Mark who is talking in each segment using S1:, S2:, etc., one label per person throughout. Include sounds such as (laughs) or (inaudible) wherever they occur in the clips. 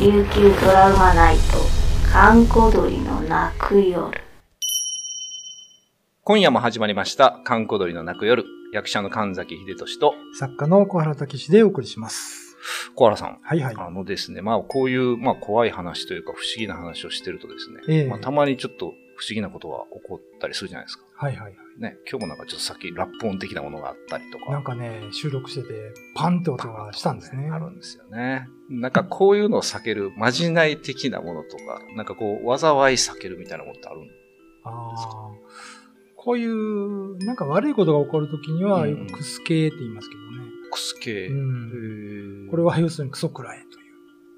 S1: 琉球ドラマナイト閑古鳥の泣く夜
S2: 今夜も始まりました、かんこ鳥の泣く夜。役者の神崎秀俊と
S3: 作家の小原武史でお送りします。
S2: 小原さん。
S3: はいはい。
S2: あのですね、まあこういう、まあ怖い話というか不思議な話をしてるとですね、
S3: ええ
S2: まあたまにちょっと不思議なことが起こったりするじゃないですか。
S3: はいはい。
S2: ね、今日もなんかちょっとさっきラップ音的なものがあったりとか。
S3: なんかね、収録してて、パンって音がしたんですね。
S2: あるんですよね。なんかこういうのを避ける、まじない的なものとか、なんかこう、災い避けるみたいなものってあるん
S3: あーこういう、なんか悪いことが起こるときには、
S2: うん
S3: よくクス系って言いますけどね。
S2: クス系。
S3: うん。
S2: へー
S3: これ。は要するにクソくらえという。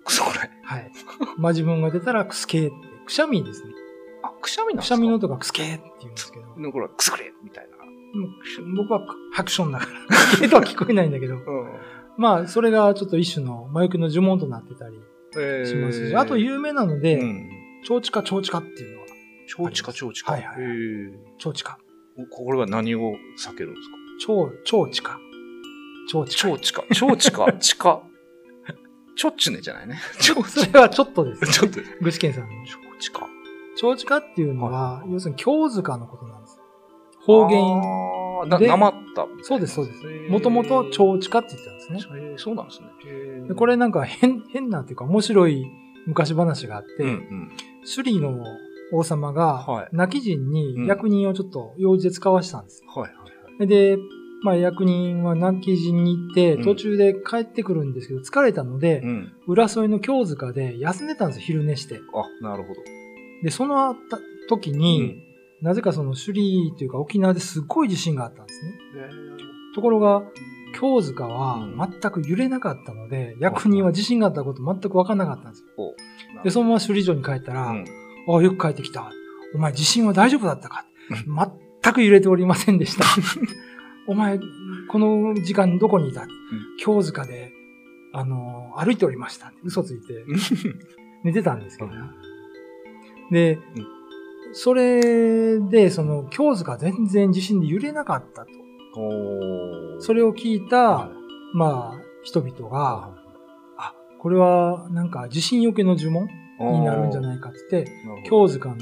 S2: クソこれ。
S3: はい。 (laughs) まあ自分が出たらクス系って、くしゃみですね。
S2: あ、くしゃみなんで
S3: く
S2: す
S3: し
S2: か
S3: ゃみの音がクス系って言うんですけど、
S2: のこれはクスくれみたいな。
S3: 僕は拍手音だから、クス系とは聞こえないんだけど、まあそれがちょっと一種の魔除けの呪文となってたり
S2: えー
S3: しますし、あと有名なので、
S2: うん。
S3: 長地か長地かっていうのは、
S2: 超地か超地か。
S3: はいはいは
S2: へ
S3: い
S2: ー
S3: 長地か。
S2: おこれは何を避けるんですか
S3: 長、長地か。長地か。
S2: 超地か。超地か。 (laughs) 地か。ちょっちねじゃないね。ちょっ
S3: (laughs) それはちょっとです、
S2: (laughs)
S3: ね。
S2: ちょっと。
S3: 具志堅さんの。
S2: 超地か。
S3: 長地かっていうのは、要するに京塚のことなんです。方言。
S2: あーな、
S3: で
S2: なまった。
S3: そうです、そうです
S2: へー。
S3: もともと長地かって言ってたんですね。
S2: へーそうなんですね。
S3: でこれなんか変、変なっていうか面白い昔話があって、
S2: うんうん。
S3: 首里の王様
S2: は
S3: が
S2: い、
S3: 泣き人に役人をちょっと用事で使わしたんです。
S2: はいはいはい。
S3: で、まあ役人は泣き人に行って、
S2: うん
S3: 途中で帰ってくるんですけど、疲れたので、
S2: うん。
S3: 浦添の京塚で休んでたんですよ、昼寝して。
S2: あ、なるほど。
S3: で、そのあった時に、なぜかその首里というか沖縄ですっごい地震があったんですね。ところが、京塚は
S2: うん
S3: 全く揺れなかったので、役人は地震があったこと全く分かんなかったんですよ。で、そのまま首里城に帰ったら、
S2: うん
S3: ああ、よく帰ってきた。お前地震は大丈夫だったか全く揺れておりませんでした。 (laughs) お前、この時間どこにいた、京塚で、あの、歩いておりました。嘘つい
S2: (laughs)
S3: て、寝てたんですけどね。で、
S2: うん
S3: それで、その、京塚全然地震で揺れなかったと。
S2: お
S3: そ
S2: れ
S3: れを聞いた、まあ、人々が、あ、これは、なんか、地震よけの呪文になるんじゃ
S2: い
S3: ないかって言って、
S2: 今日、
S3: 京塚の、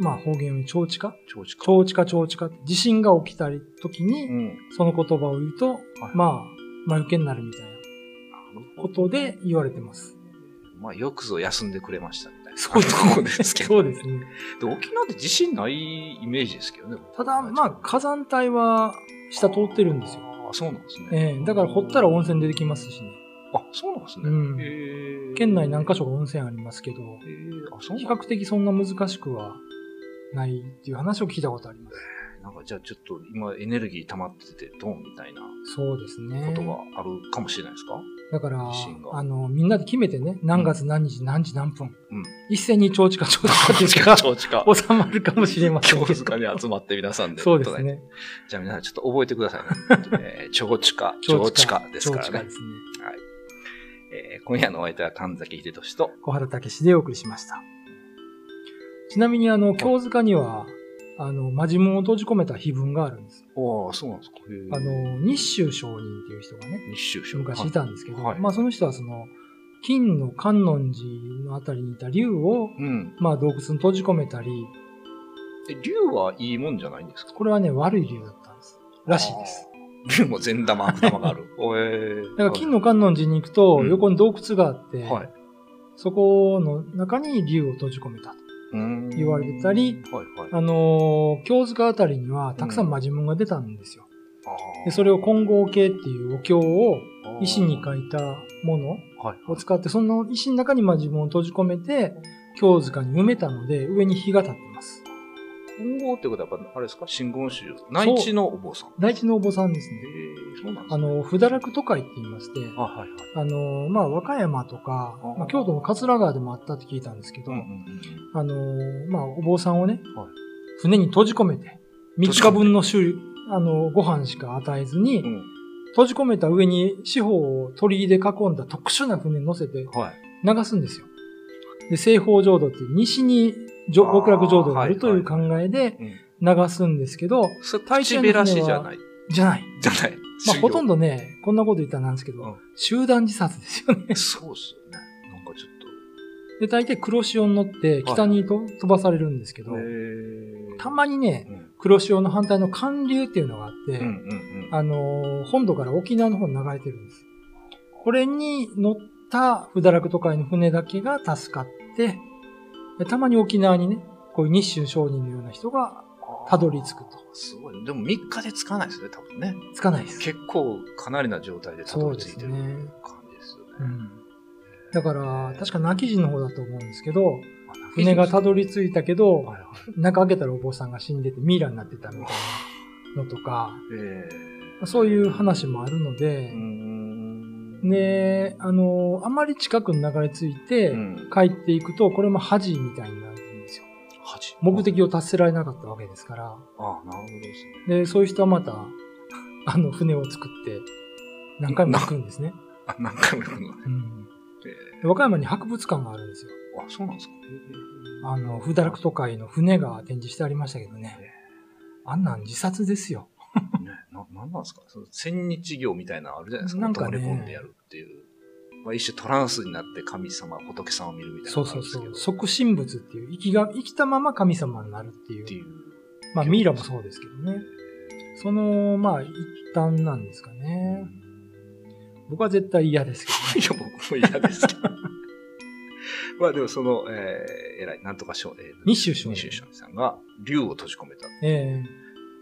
S3: まあ、方言を長地化
S2: 長地か。
S3: 長地化長地化地震が起きたり時
S2: う
S3: に、
S2: ん。な
S3: その言葉を言うと、
S2: はい
S3: まあ、魔受けになるみたいな
S2: るほ
S3: こ
S2: ど
S3: とで言われてます。
S2: まあ、よくぞ休んでくれましたみたいな。
S3: そう
S2: とこですけど。
S3: そうですね。
S2: で沖縄って地震ないイメージですけどね。
S3: ただ、まあ、火山帯は下通ってるんですよ。
S2: よ。あ、そうなんですね。
S3: ええだから掘ったら温泉出てきますしね。
S2: あ、そうなんですね。
S3: うん
S2: へえ
S3: 県内何箇所か温泉ありますけど、
S2: へえあ、そう
S3: 比
S2: なん
S3: 較的そんな難しくはないっていう話を聞いたことあります。
S2: なんかじゃあちょっと今エネルギー溜まっててドンみたいな
S3: そうですね
S2: こ。とがあるかもしれないですか、
S3: だから
S2: 地震、が
S3: あの、みんなで決めてね、何月何日何時何分、
S2: うん
S3: 一斉に長地か長地かっていうか、
S2: 長地か
S3: 収まるかもしれません
S2: 京
S3: け
S2: 塚
S3: ど。
S2: に集まって皆さんで。
S3: そうです。ね。
S2: じゃあ皆さんちょっと覚えてくださいね。えー、長地下、長地下ですから
S3: 長地下
S2: ね
S3: で。すね。
S2: えー今夜のお相手は神崎秀俊と、
S3: 小原武史でお送りしました。ちなみに、あの、京塚には、あの、魔人を閉じ込めた碑文があるんです。
S2: おあ、そうなんですか。
S3: あの、日州上人っていう人がね、
S2: 日中
S3: 昔いたんですけど、
S2: はい
S3: まあその人はその、金の観音寺のあたりにいた竜を、
S2: うん。
S3: まあ洞窟に閉じ込めたり、
S2: え、竜はいいもんじゃないんですか
S3: これはね、悪い竜だったんです。らしいです。。
S2: あー竜も善玉、悪玉があ
S3: (laughs)
S2: る。おえー
S3: だから金の観音寺に行くと
S2: う、ん
S3: 横に洞窟があって、
S2: はい。
S3: そこの中に竜を閉じ込めたと。
S2: うん
S3: 言われてたり、
S2: はいはい。
S3: あのー京塚あたりにはたくさん魔人文が出たんですよ。でそれを金剛系っていうお経を石に書
S2: い
S3: いたもの
S2: はい。
S3: を使って、その石の中に魔人文を閉じ込めて、京塚に埋めたので、上に火が立ってます。
S2: 金剛ってことはやっぱ、あれですか真言宗。内地のお坊さん。
S3: 大地のお坊さんです
S2: え
S3: ね。
S2: ー、そうなんです
S3: あの、不堕落都会って言いまして、
S2: あ、はいはい。
S3: あの、まあ、和歌山とか
S2: あ、
S3: まあ、京都の桂川でもあったって聞いたんですけど、
S2: うんうんうん
S3: あの、まあ、お坊さんをね、
S2: はい
S3: 船に閉じ込めて、3
S2: 閉じ込め
S3: 日
S2: て
S3: 分の種類、あの、ご飯しか与えずに、
S2: うん。
S3: 閉じ込めた上に四方を鳥居で囲んだ特殊な船に乗せて
S2: はい。
S3: 流すんですよ。で、西方浄土っていう西にじょ
S2: あー
S3: 極楽浄土があるという
S2: は
S3: 考
S2: い
S3: えで
S2: うん
S3: 流すんですけど、
S2: それ、口べらしじゃない。
S3: じゃない。
S2: じゃない。
S3: まあ、ほとん
S2: ど。
S3: どね、こんなこと言ったらなんですけど、
S2: うん
S3: 集団自殺ですよね。 (laughs)
S2: そうっすよね。なんかちょっと、
S3: で、大体黒潮に乗って北にと飛ばされるんですけど、たまにね、
S2: うん
S3: 黒潮の反対の寒流っていうのがあって、
S2: うんうん
S3: あのー本土から沖縄の方に流れてるんです。これに乗ったフダラクト海の船だけが助かって、でたまに沖縄にね、こういう日清商人のような人が
S2: うん。
S3: たどり着くと。
S2: すごい。でも3日でつかないですね、多分ね。
S3: つかないです。
S2: 結構かなりな状態でたどり着いてる
S3: そうですね
S2: 感じですよね。
S3: うん。だから、確か泣き人の方だと思うんですけど、
S2: まあ
S3: 船がたどり着いたけ
S2: は
S3: ど、
S2: いはい
S3: 中開けたらお坊さんが死んでてミイラになってたみたいなのとか、
S2: ええ
S3: そういう話もあるの
S2: う
S3: で
S2: ー、ん
S3: で、あの、あまり近くに流れ着いて
S2: うん
S3: 帰っていくと、これも恥みたいになるんですよ。
S2: 八
S3: 目的を達せられなかったわけですから、
S2: ああ、なるほどですね。
S3: で、そういう人はまた、あの、船を作って何回も行くんですね。
S2: あ、何回も行くの。
S3: うん
S2: え
S3: で和歌山に博物館があるんですよ。
S2: えあ、そうなんですか。
S3: あの、フーダラクト海の船が展示してありましたけどね。あんなん自殺ですよ。
S2: ね、な、なんなんですかその千日行みたいなのあるじゃないですか。
S3: なんかね
S2: 泊まり込んでやるっていう。まあ、一種トランスになって神様、仏さんを見るみたいな
S3: そ
S2: の
S3: う
S2: がある
S3: そ
S2: んで
S3: う
S2: すけ
S3: そ
S2: ど。
S3: う。即身仏っていう、生きが、生きたまま神様になるってい。
S2: っていうう。
S3: まあ、ミイラもそうですけどね。その、まあ、一端なんですかね。僕は絶対嫌ですけ
S2: (laughs) いや、僕も嫌ですけど。まあでもその、えー、偉い、なんとか賞、えー、
S3: 日州商人
S2: 日州商人さんが竜を閉じ込めた。
S3: どね。え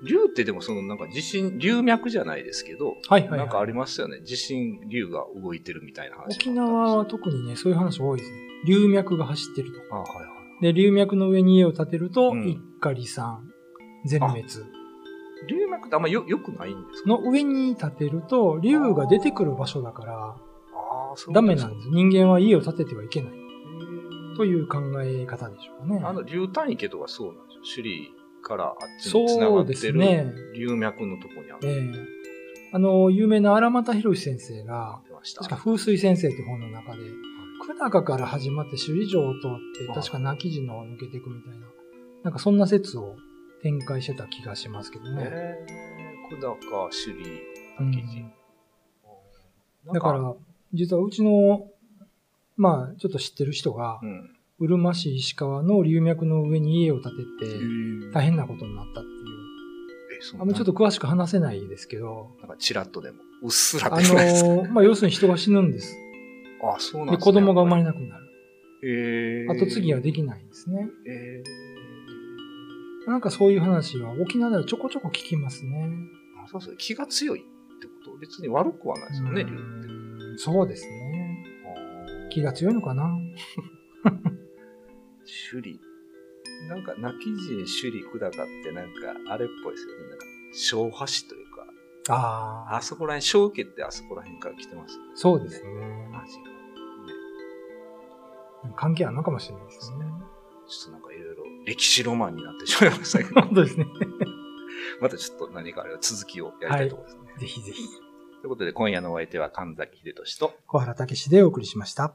S2: 竜ってでもそのなんか地震、竜脈じゃないですけど、
S3: えはいはい、はい。
S2: なんかありますよね。地震、竜が動いてるみたいな話。
S3: 沖縄は特にね、そういう話多いですね。流脈が走ってると。
S2: ああ、はいはい。
S3: で、流脈の上に家を建てると、
S2: うん
S3: 一家離散、全滅。
S2: 竜脈ってあんまよ、よくないんですか
S3: の上に建てると、竜が出てくる場所だから、
S2: ああ、そう
S3: ダメな
S2: で
S3: んです。人間は家を建ててはいけない。
S2: す
S3: と
S2: ね。
S3: いう考え方でしょうかね。
S2: あの、竜単池とかそうなんですよ。首里からあっちに繋が
S3: そう
S2: って
S3: です
S2: る
S3: ね。
S2: 竜脈のとこにあ
S3: え
S2: る
S3: えあの、有名な荒俣博先生が、
S2: ってました。
S3: 確か風水先生って本の中で、久高から始まって首里城を通って、確か泣き地の抜けていくみたいな、なんかそんな説を展開してた気がしますけどね。
S2: ええ久高、首里、
S3: うん
S2: 泣き地なん
S3: だから、実はうちの、まあ、ちょっと知ってる人が
S2: う、ん。
S3: うるま市石川の流脈の上に家を建てて、大変なことになったっていう。
S2: えそん
S3: あ
S2: なん
S3: まりちょっと詳しく話せないですけど、
S2: なんか、ちらっとでも、うっすら
S3: あ
S2: と言わないですか。
S3: の、まあ、要するに人が死ぬんです。
S2: ああ、そうなん
S3: で、
S2: ですね
S3: 子供が生まれなくなる。
S2: ええ
S3: 後継ぎはできないんですね。
S2: え
S3: なんかそういう話は沖縄ではちょこちょこ聞きますね。
S2: えあそうそう。気が強いってこと別に悪くはないですよね、
S3: うん
S2: 竜って。
S3: そうですね。
S2: ああ
S3: 気が強いのかな。
S2: 首里。なんか、泣き人首里久高ってなんか、あれっぽいですよね。なんか、昭和史というか、
S3: ああ、
S2: あそこら辺、昭家ってあそこら辺から来てますよね。
S3: そうですね。
S2: 味が。ね。
S3: 関係あるのかもしれないですね。
S2: ちょっとなんかいろいろ歴史ロマンになってしまいましたけど、
S3: (laughs) 本当ですね。
S2: またちょっと何かあれは続きをやりたいところですね。
S3: ぜひぜひ。
S2: ということで今夜のお相手は神崎秀俊と、
S3: 小原武史でお送りしました。